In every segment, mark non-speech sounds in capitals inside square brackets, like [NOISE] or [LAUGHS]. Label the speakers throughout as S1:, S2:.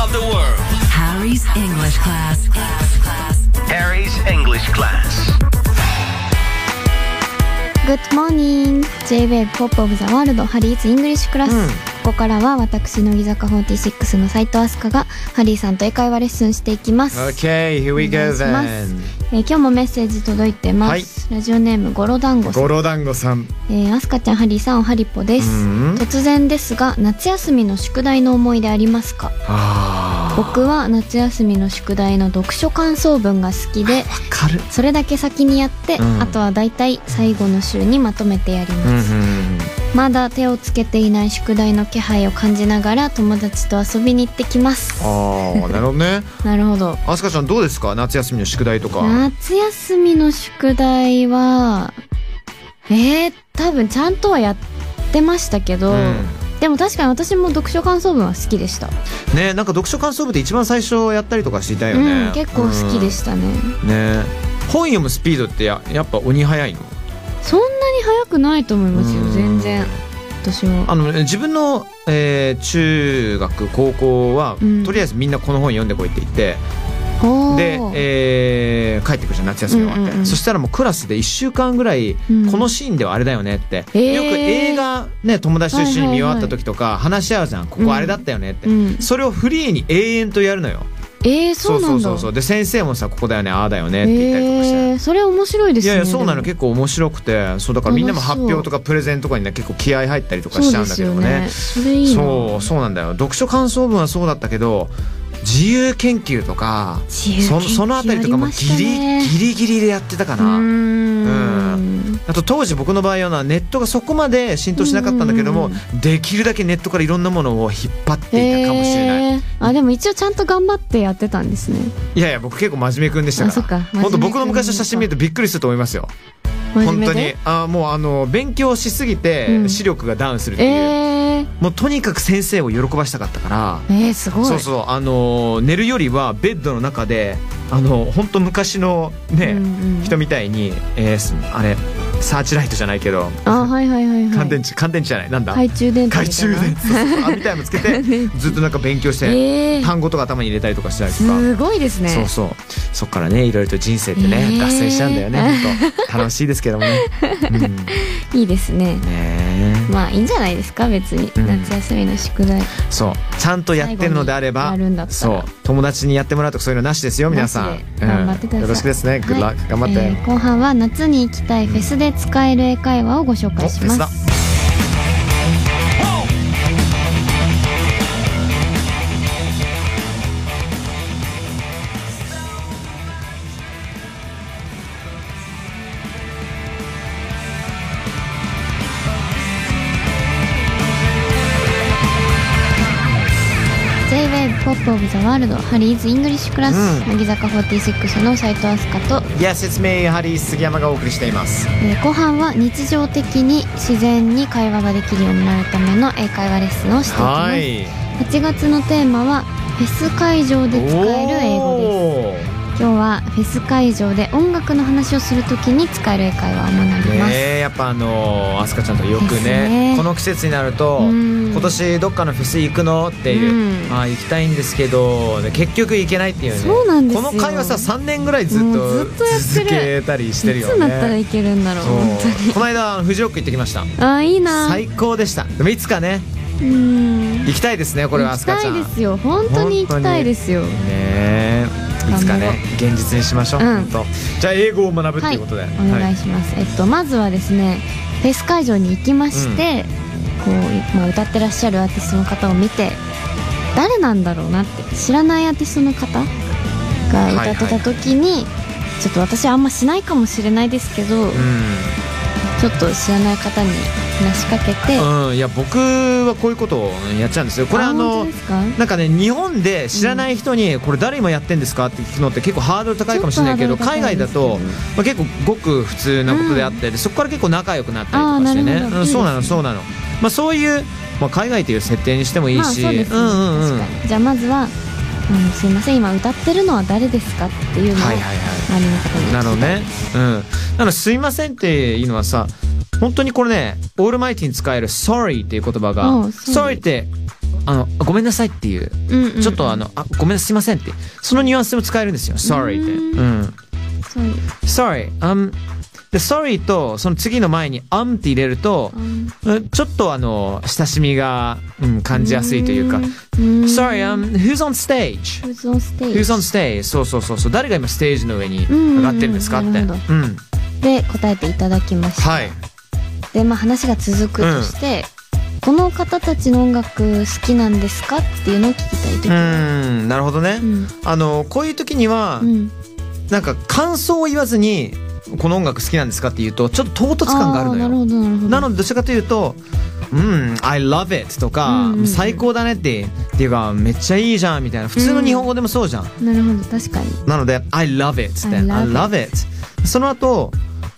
S1: of the world.
S2: Harry's English class.
S1: Harry's English class.
S3: Good morning! J-Wave Pop of the World ハリーズ English Class、
S4: うん
S3: ここからは私乃木坂46の斉藤飛鳥がハリーさんと英会話レッスンしていきます、
S4: Okay, here we go
S3: お願いし
S4: then.
S3: えー今日もメッセージ届いてます、ラジオネームゴロ団子さん
S4: ゴロ団子さん。
S3: えー、アスカちゃんハリーさんおはりぽです、
S4: うん
S3: 突然ですが夏休みの宿題の思い出ありますか
S4: あ
S3: 僕は夏休みの宿題の読書感想文が好きで
S4: あ、わかる。
S3: それだけ先にやって、
S4: うん
S3: あとはだいたい最後の週にまとめてやり
S4: うん
S3: ます、まだ手をつけていない宿題の気配を感じながら友達と遊びに行ってきます
S4: うん、ああ、なるほどね。 [LAUGHS]
S3: なるほど
S4: あすかちゃんどうですか夏休みの宿題とか。
S3: 夏休みの宿題はえー、多分ちゃんとはやってましたけど、
S4: うん
S3: でも確かに私も読書感想文は好きでした、
S4: ねなんか読書感想文って一番最初やったりとかしていたよね、
S3: うん、結構好きでしたね、
S4: うんね本読むスピードってややっぱ鬼早いの
S3: そんなに早くないと思いますよ
S4: うん
S3: 全然私も
S4: あのね自分の、えー中学高校は、
S3: うん
S4: とりあえずみんなこの本読んでこいって言って
S3: おー
S4: で、えー帰ってくるじゃん夏休み終わって、
S3: うんうんうん
S4: そしたらもうクラスで1週間ぐらい、
S3: うん
S4: このシーンではあれだよねって、
S3: えー
S4: よく映画ね友達と一緒に見終わった時とか話し合うじゃん、ここあれだったよねって、
S3: うん
S4: それをフリーに永遠とやるのよ
S3: えー、そうなんだ
S4: そうそうそうで先生もさここだよねああだよねって言ったりとかして、
S3: えー、それ面白いです
S4: い
S3: ね
S4: やいやそうなの
S3: でも
S4: 結構面白くてそうだからみんなも発表とかプレゼンとかにね結構気合い入ったりとかしちゃうんだけども
S3: そう
S4: ね
S3: ですよねそれいいな
S4: そうそうなんだよ読書感想文はそうだったけど自由研究とか
S3: 自由研究
S4: そのそのあたりとかも
S3: ありま
S4: ギ
S3: した
S4: リ
S3: ね
S4: ギリギリでやってたか
S3: うー
S4: な。
S3: ん
S4: あと当時僕の場合はなネットがそこまで浸透しなかったんだけども、
S3: うんう
S4: できるだけネットからいろんなものを引っ張っていたかもしれない、
S3: えー、あでも一応ちゃんと頑張ってやってたんですね
S4: いやいや僕結構真面目くんでした
S3: あそっ
S4: か
S3: から
S4: 本当僕の昔の写真見
S3: 真面目くん
S4: るとびっくりすると思いますよ
S3: 真
S4: 本
S3: 面
S4: 当
S3: 目
S4: に
S3: で
S4: あーもうあの勉強しすぎ
S3: う
S4: て
S3: ん
S4: 視力がダウンするっていう、
S3: えー、
S4: もうとにかく先生を喜ばしたかったから
S3: えー、すごい
S4: そうそうあのー寝るよりはベッドの中であの本当昔のね、
S3: うんうん
S4: 人みたいに、えーすあれサーチライトじゃないけど
S3: あはいはいはいはい
S4: 乾電池乾電池じゃないなんだ
S3: 懐中電灯み
S4: 懐
S3: たいな
S4: 中電池そうそうあみたいのつ
S3: [LAUGHS]
S4: けてずっとなんか勉強して、
S3: えー、
S4: 単語とか頭に入れたりとかしたりとか。
S3: すごいですね
S4: そうそうそっからねいろいろと人生ってね、
S3: えー
S4: 脱線しちゃうんだよね本当楽しいですけどもね。うん、ね
S3: いいですね
S4: え
S3: まあいいんじゃないですか別に、
S4: うん
S3: 夏休みの宿題
S4: そうちゃんとやってるのであれば
S3: 最後にやるんだったら
S4: そう友達にやってもらうとかそういうのなしですよ皆さん、
S3: なしで頑張ってください
S4: よろしくですね、グッ
S3: は
S4: ラ
S3: い
S4: ック頑張って、
S3: えー後半は夏に行きたいフェスで使える英会話をご紹介しま
S4: おフェ
S3: す「J-WAVE POP OF THE WORLD ハリーズ・イングリッシュ・クラス」
S4: う
S3: 乃木坂46の斉藤飛鳥と、
S4: だ Yes it's me ハリー杉山がお送りしています
S3: えー後半は日常的に自然に会話ができるようになるための英会話レッスンをしていきます、
S4: はい
S3: 8月のテーマはフェス会場で使える英語です
S4: す
S3: 今日はフェス会場で音楽の話をするときに使える英会話を学びます、
S4: ねえやっぱあのー、アスカちゃんとよ
S3: で
S4: くね
S3: すね
S4: この季節になると、
S3: うん
S4: 今年どっかのフェス行くのっていう、
S3: うん
S4: あー行きたいんですけどで結局行けないっていうね
S3: そうなんですよ
S4: この会話さ3年ぐらいずっ
S3: も
S4: と
S3: うずっとやってる
S4: 続けたりしてる
S3: い
S4: よ
S3: つ
S4: ね
S3: になったらいけるんだろう
S4: そう
S3: 本当に
S4: この間フジロック行ってきました
S3: あーいいな
S4: 最高でしたでもいつかね
S3: うん
S4: 行きたいですねこれは
S3: 行
S4: ア
S3: き
S4: スカ
S3: た
S4: ちゃ
S3: い
S4: ん
S3: で
S4: ね
S3: すよ本当に行きたいですよ
S4: えいつかね現実にしましょう、
S3: うん
S4: 本当じゃあ英語を学ぶって
S3: はいいう
S4: ことで、
S3: お願いします、えっとまずはですねフェス会場に行きまして、こう、まあ、歌ってらっしゃるアーティストの方を見て誰なんだろうなって知らないアーティストの方が歌ってた時に、ちょっと私はあんましないかもしれないですけど、
S4: う
S3: ちょっと知らない方に話しかけて、
S4: ん、うん、いや僕はこういうことをやっちゃうんですよこれあ
S3: 本
S4: の
S3: 当ですか
S4: なんかね日本で知らない人にこれ誰今やってんですかって聞くのって結構ハードル高いかもしれないけ
S3: ちょ
S4: ど
S3: っとハー
S4: 海
S3: ドル高い
S4: 外
S3: で
S4: だ
S3: すけど
S4: と、まあ、結構ごく普通なことであって、でそこから結構仲良くなったりとかして
S3: あーな
S4: ね
S3: るほど
S4: うんそうなの
S3: いいですね
S4: そうなの、まあ、そういう、まあ、海外という設定にしてもいい
S3: まあ
S4: し、
S3: そうですね、
S4: うんうんう
S3: 確
S4: ん
S3: かにじゃあまずは、うん「すいません今歌ってるのは誰ですか?」っていうのを
S4: は
S3: 周
S4: い
S3: り
S4: はいは
S3: の方
S4: い
S3: に聞いて
S4: なるほどね。うん。なのすいませんっていうのはさ、本当にこれね、オールマイティに使える sorry っていう言葉が、
S3: うん
S4: sorry って、あのごめんなさいっていう
S3: うんうんうん
S4: ちょっとあのあごめんなさいすいませんってそのニュアンスも使えるんですよ sorry って
S3: う
S4: うん
S3: そういう
S4: sorry um で sorry とその次の前に um って入れると
S3: うん
S4: うんちょっとあの親しみが、うん、感じやすいというか
S3: うん
S4: sorry um who's on stage
S3: Who's on stage?
S4: Who's on stage? そうそうそうそう誰が今ステージの上に
S3: うん
S4: 上がってるんですかって。
S3: なるほ
S4: うん。
S3: で答えていただきました、
S4: はい。
S3: でまあ話が続くとして、この方たちの音楽好きなんですかっていうのを聞きたいとき
S4: う、ーん、なるほどね。
S3: うん
S4: あのこういう時には、
S3: うん
S4: なんか感想を言わずにこの音楽好きなんですかって言うとちょっと唐突感があるの
S3: ーなる
S4: よ。
S3: ほどなるほど
S4: なのでどちらかというと。うん、I love it とか、
S3: うんうんうん
S4: 最高だねってっていうかめっちゃいいじゃんみたいな普通の日本語でもそうじゃん、
S3: なるほど確かに
S4: なので I love it っ
S3: I
S4: て I
S3: love
S4: love it その後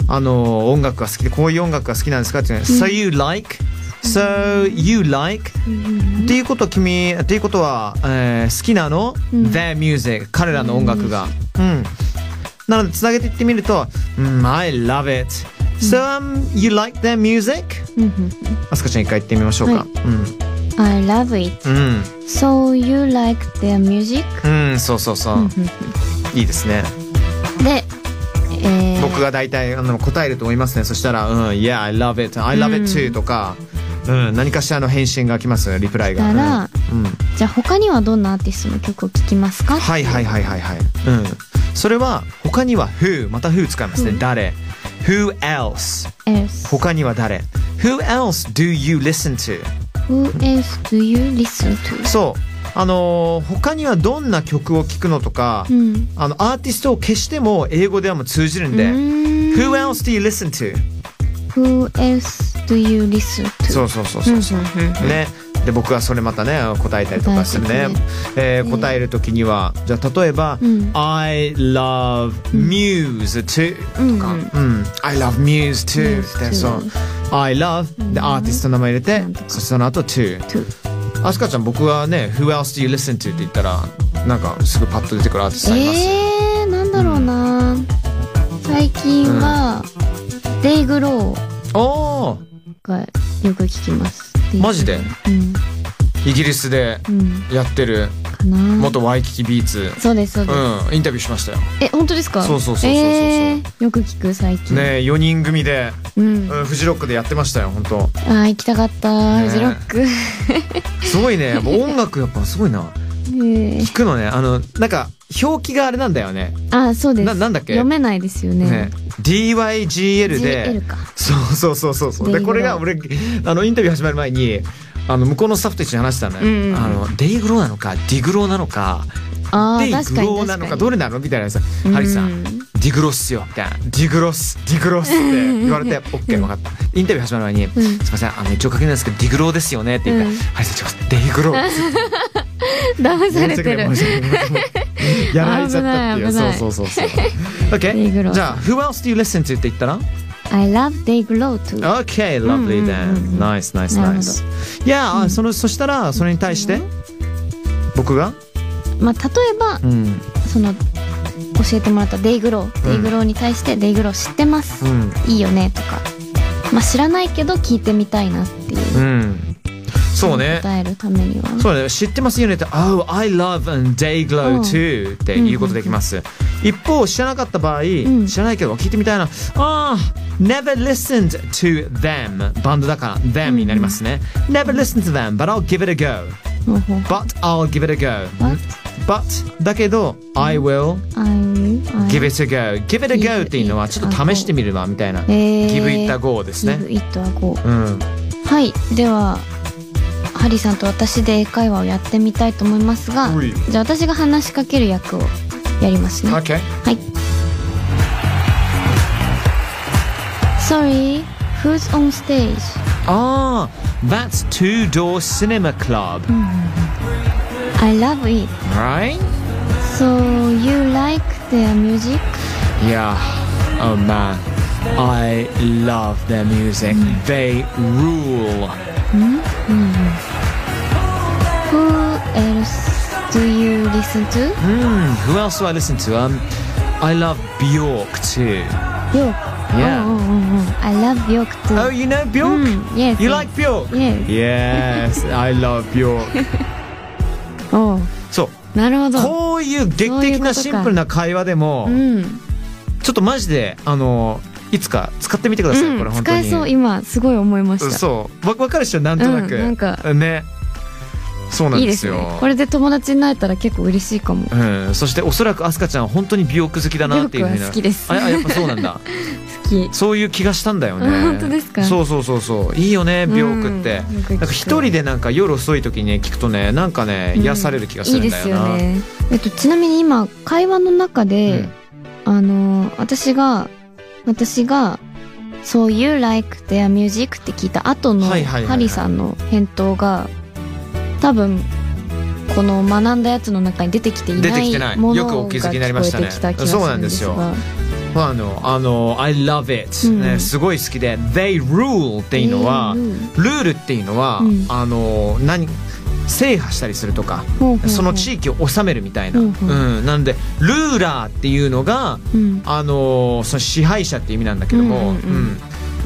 S4: あの音楽が好きでこういう音楽が好きなんですかっていうのは So you like So you like っていうこと君っていうことは、えー好きなの、Their music 彼らの音楽がうんなのでつなげていってみると、うん、I love it So、um, you like their music
S3: うんうん
S4: あすかちゃん一回言ってみましょうか、
S3: はい I love it
S4: うん
S3: so you like their music
S4: うんうんそうそうそう、
S3: うんうん
S4: いいですね
S3: でえー、
S4: 僕が大体あの答えると思いますねそしたら「うん Yeah I love it I love it
S3: う
S4: too」とか、うん、何かしらの返信が来ますリプライが
S3: だから
S4: うんうん
S3: じゃあ他にはどんなアーティストの曲を聴きますか
S4: はいはいはいはいはい、うん、それは他には「who」また「who」使いますね、誰 Who else
S3: えー
S4: 他には誰 Who else do you listen to
S3: Who else do you listen to?
S4: そうあのー他にはどんな曲を聴くのとか、
S3: うん
S4: あのアーティストを消しても英語ではもう通じるんで、
S3: うーん
S4: Who else do you listen to?
S3: Who else do you listen to?
S4: そうそうそうそうそう
S3: うんうんうん
S4: ねで僕はそれまたね答えたりとかするね
S3: 答えて
S4: えー答える時にはじゃあ例えば「
S3: うん
S4: I love muse too」とか「うん、I love muse too」
S3: Muse
S4: って
S3: too
S4: そう「I love」でアーティストの名前入れてそしてその後 too」
S3: To
S4: あすかちゃん僕はね「Who else do you listen to」って言ったらなんかすぐパッと出てくるアーティストありますよ、
S3: えー、なんだろうな、最近は、デイグロー
S4: お
S3: がよく聞きます
S4: ーマジで
S3: うん
S4: イギリスで
S3: うん
S4: やってる
S3: かな
S4: 元ワイキキビーツ
S3: そうですそうです、
S4: うんインタビューしましたよ
S3: え本当ですか
S4: そうそうそうそうそうそう
S3: えー、よく聞く最近
S4: ね4人組で
S3: うん、あ
S4: うんフジロックでやってましたよ本当
S3: ー行きたかった
S4: ね
S3: フジロック
S4: すごいねやっぱ音楽やっぱすごいな
S3: ねえ
S4: 聞くのねあのなんか表記があれなんだよね
S3: あーそうです
S4: ななんだっけ
S3: 読めないですよね
S4: ね DYGL で
S3: GL か
S4: そうそうそうそうそう
S3: デイ
S4: で
S3: グロ
S4: これが俺あのインタビュー始まる前にあの向こうのスタッフと一緒に話したの
S3: うんうん
S4: よあのデイグローなのかディグローなのか
S3: あ
S4: デ
S3: あ
S4: イ
S3: 確
S4: グ
S3: かに
S4: ロー
S3: 確
S4: なの
S3: か
S4: か
S3: に
S4: どれなのみたいなさ
S3: うん
S4: ハリーさんディグロっすよみたいなディグロスディグロスって言われて OK 分かったインタビュー始まる前に「
S3: ん
S4: すいませんあの一応確認なんですけどディグロですよね」って言ったら
S3: うん
S4: 「ハリーさんちょっとデイグロー」 [LAUGHS]
S3: 騙されてる
S4: 申し訳ない申し訳ないやられちゃったっていう
S3: 危ない危ない
S4: そうそう
S3: [LAUGHS]
S4: そうそう
S3: デイグロー
S4: OK じゃあ「Who else do you listen to?」って言ったら
S3: I love Day Glow too
S4: OK
S3: うんうん
S4: lovely
S3: うん
S4: then nice nice
S3: [LAUGHS] なるほ
S4: nice いやあそのそしたらそれに対して僕が
S3: まあ、例えば
S4: うん
S3: その教えてもらったデイグローデイグローに対して「デイグロー知ってます、
S4: うん
S3: いいよね」とか、まあ、知らないけど聞いてみたいなっていう
S4: うんそうね
S3: 答えるためには
S4: そうね、知ってますよねって「Oh, I love and day
S3: う
S4: glow
S3: ん
S4: too」っていうことできます、一方知らなかった場合、
S3: ん
S4: 知らないけど聞いてみたいな「ああ never listened to them」バンドだから「them」になりますね「never listened to them but I'll give it a go
S3: ほうほう
S4: but I'll give it a go
S3: But
S4: but だけど「I will
S3: I will I
S4: give it a go give it a go」っていうのはちょっと試してみるわみたいな「
S3: え
S4: give it a
S3: ー
S4: go」ですね
S3: Give it a go
S4: うん
S3: はいではハリーさんと私で英会話をやってみたいと思いますが
S4: うい
S3: じゃあ私が話しかける役をやりますね
S4: OK
S3: はい。Sorry, who's on stage?
S4: ああ that's two door cinema club
S3: I love it.
S4: right
S3: So you like their music?
S4: Yeah. Oh man. I love their music. They rule.
S3: Who else do you listen to?
S4: Hmm. Who else do I listen to? Um, I love Bjork too.
S3: You.
S4: Yeah.
S3: うんうんうんうん I love Bjork too.
S4: Oh, you know Bjork?
S3: Mm, yes.
S4: You
S3: yes,
S4: like Bjork?
S3: Yes.
S4: Yes, I love
S3: [LAUGHS]
S4: Bjork.
S3: おう
S4: そう。
S3: なるほど。
S4: こういう劇
S3: そういうこと
S4: 的
S3: か
S4: なシンプルな会話でも
S3: う、ん。
S4: ちょっとマジで、あの、いつか使ってみてください、こ
S3: う
S4: れ
S3: ん、
S4: 本当
S3: 使
S4: に。
S3: えそう今すごい思いました。
S4: そう。わわかるでしょ、なんとなく。
S3: うんなんか
S4: ね。そうなん
S3: いい
S4: で
S3: ですす
S4: よ。
S3: ね。これで友達になれたら結構嬉しいかも。
S4: うん、そしておそらくアスカちゃんは本当に美容区好きだなっていうふう
S3: 美容区
S4: な
S3: は好きです
S4: ああやっぱそうな
S3: [LAUGHS]
S4: んだ
S3: 好き。
S4: そういう気がしたんだよね
S3: あ本当ですか
S4: そうそうそうそういいよね美容区って、
S3: うんよく聞く
S4: なんか一人でなんか夜遅い時にね聞くとねなんかね
S3: うん
S4: 癒される気がするんだよ
S3: い
S4: な、
S3: いですよね。えっとちなみに今会話の中で、あの私が私が「そういう like their music」って聞いた後の
S4: はいはいはいはい
S3: ハリさんの返答が多分この学んだやつの中に出てきてい
S4: 出
S3: な
S4: てきてない
S3: いもの
S4: よく
S3: が
S4: お気
S3: 聞
S4: づ
S3: こ
S4: きになりました
S3: え
S4: ね
S3: てきた気がす
S4: そうな
S3: る
S4: ん
S3: ん
S4: で
S3: ですす
S4: よ
S3: が
S4: まああのあの「I love it、
S3: うん
S4: ね」すごい好きで「they rule」っていうのは、ルールっていうのは、
S3: うん
S4: あの何制覇したりするとか、その地
S3: 域
S4: 域を治めるみたいな、
S3: う
S4: うんんなんでルーラーっていうのが
S3: うん
S4: あのーその支配者って意味なんだけども、
S3: うんうんうん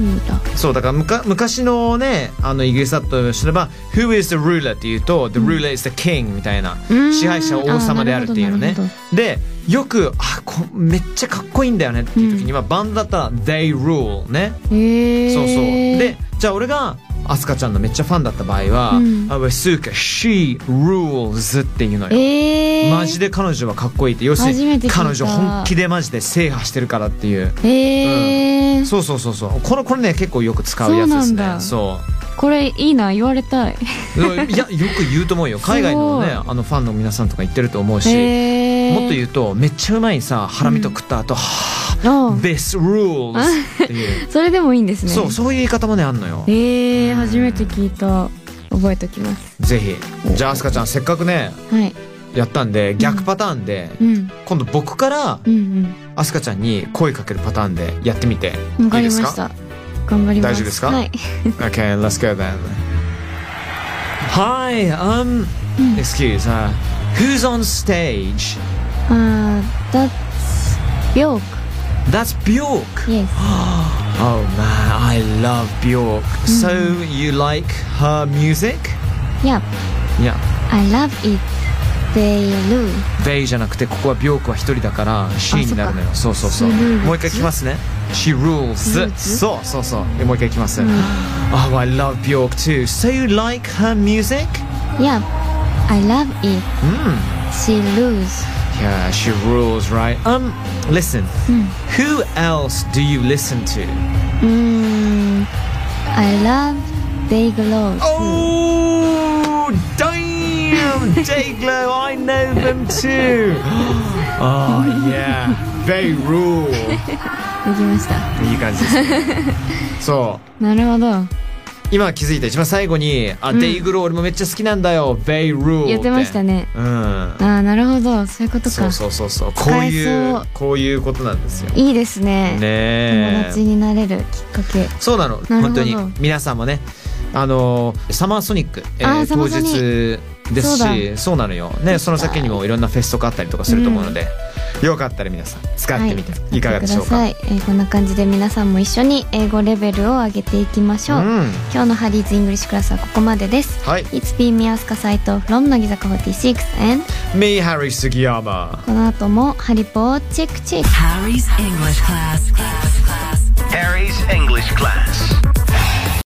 S3: うんだ
S4: そうだからむか昔のねあのイギリスだとすれば「Who is the ruler?」っていうと「The ruler is the king」みたいな、
S3: うん
S4: 支配者は王様であるっていうの
S3: あ
S4: ね
S3: なるほどなる
S4: でよくあこめっちゃかっこいいんだよねっていう時には、バンドだったら「They rule ね」
S3: へえ
S4: そうそうでじゃあ俺がアスカちゃんのめっちゃファンだった場合は
S3: うん
S4: 「あスーカ She rules」っていうのよ、
S3: えー、
S4: マジで彼女はかっこいいって要する
S3: 初め
S4: に
S3: て聞いた
S4: 彼女本気でマジで制覇してるからっていう
S3: えー
S4: そうそうそうそうこれこれね結構よく使うやつです
S3: そうなん
S4: ね
S3: だ
S4: そ
S3: これいいな言われたい
S4: うい
S3: [LAUGHS]
S4: やよく言うと思うよ海外のね
S3: す
S4: あのファンの皆さんとか言ってると思うし、
S3: へえ
S4: もっと言うとめっちゃうまいさハラミと食った後、は
S3: あ
S4: ぁ This rules っていう、
S3: あそれでもいいん [LAUGHS] ですね
S4: そうそういう言い方もねあんのよ
S3: えー、
S4: うん
S3: 初めて聞いた覚えておきます
S4: ぜひじゃあアスカちゃんせっかくね
S3: はい
S4: やったんで逆パターンで、
S3: うん
S4: 今度僕から
S3: うん
S4: アスカちゃんに声かけるパターンでやってみて
S3: うんわ
S4: い
S3: か
S4: い
S3: り
S4: で
S3: ます
S4: か
S3: した頑張ります
S4: 大丈夫ですか
S3: はい
S4: Okay, let's go then. Hi, um, excuse, uh, who's on stage?
S3: [LAUGHS] あー That's Bjork
S4: That's Bjork.
S3: Yes
S4: Oh man, I love Bjork. So you like her music?
S3: Yeah
S4: Yeah.
S3: I love it They do
S4: They じゃなくてここは Bjork は一人だから
S3: っ
S4: She
S3: か
S4: になるのよ。そうそうそう。
S3: She rules
S4: もう一回聞きますね。She rules.
S3: Rules
S4: そうそうそう。えもう一回聞きます。Oh, I love Bjork too. So you like her music?
S3: Yeah I love it
S4: Mm.
S3: She lose
S4: Yeah, she rules, right? Um, listen, who else do you listen to?
S3: うーん I love They glow
S4: Oh,
S3: [LAUGHS]
S4: damn! Dayglow, I know them
S3: [GASPS]
S4: too! Oh, yeah, they
S3: [LAUGHS]
S4: rule!
S3: できました
S4: いい感じですね。そう。
S3: なるほど
S4: 今気づいた一番最後に、あ、デイグロー俺もめっちゃ好きなんだよ、they rule!
S3: 言ってました。ね
S4: うん。
S3: ああなるほどそういうことか
S4: そうそうそうそう。こう
S3: 使え
S4: い
S3: そう
S4: う、こういうことなんですよ。ね
S3: いいですね
S4: え。
S3: 友達になれるきっかけ
S4: そうなの
S3: ほど
S4: 本当に皆さんもねあのーサマーソニック、え
S3: あー
S4: ー、
S3: サマ
S4: 当
S3: ーソニ
S4: 日ですし
S3: そう
S4: そうなのよねその先にもいろんなフェスとかあったりとかすると思うので、よかったら皆さん使ってみて、、
S3: はい
S4: かがでしょうか
S3: 使ってくださいえーこんな感じで皆さんも一緒に英語レベルを上げていきましょう、
S4: うん
S3: 今日のハリーズ・イングリッシュクラスはここまでです
S4: はい
S3: いつ p 宮塚斎藤 from 乃木坂46 and
S4: Me Harry Sugiyama
S3: この後もハリポをチェックチェック
S2: Harry's English class. class, class.
S1: Harry's English class.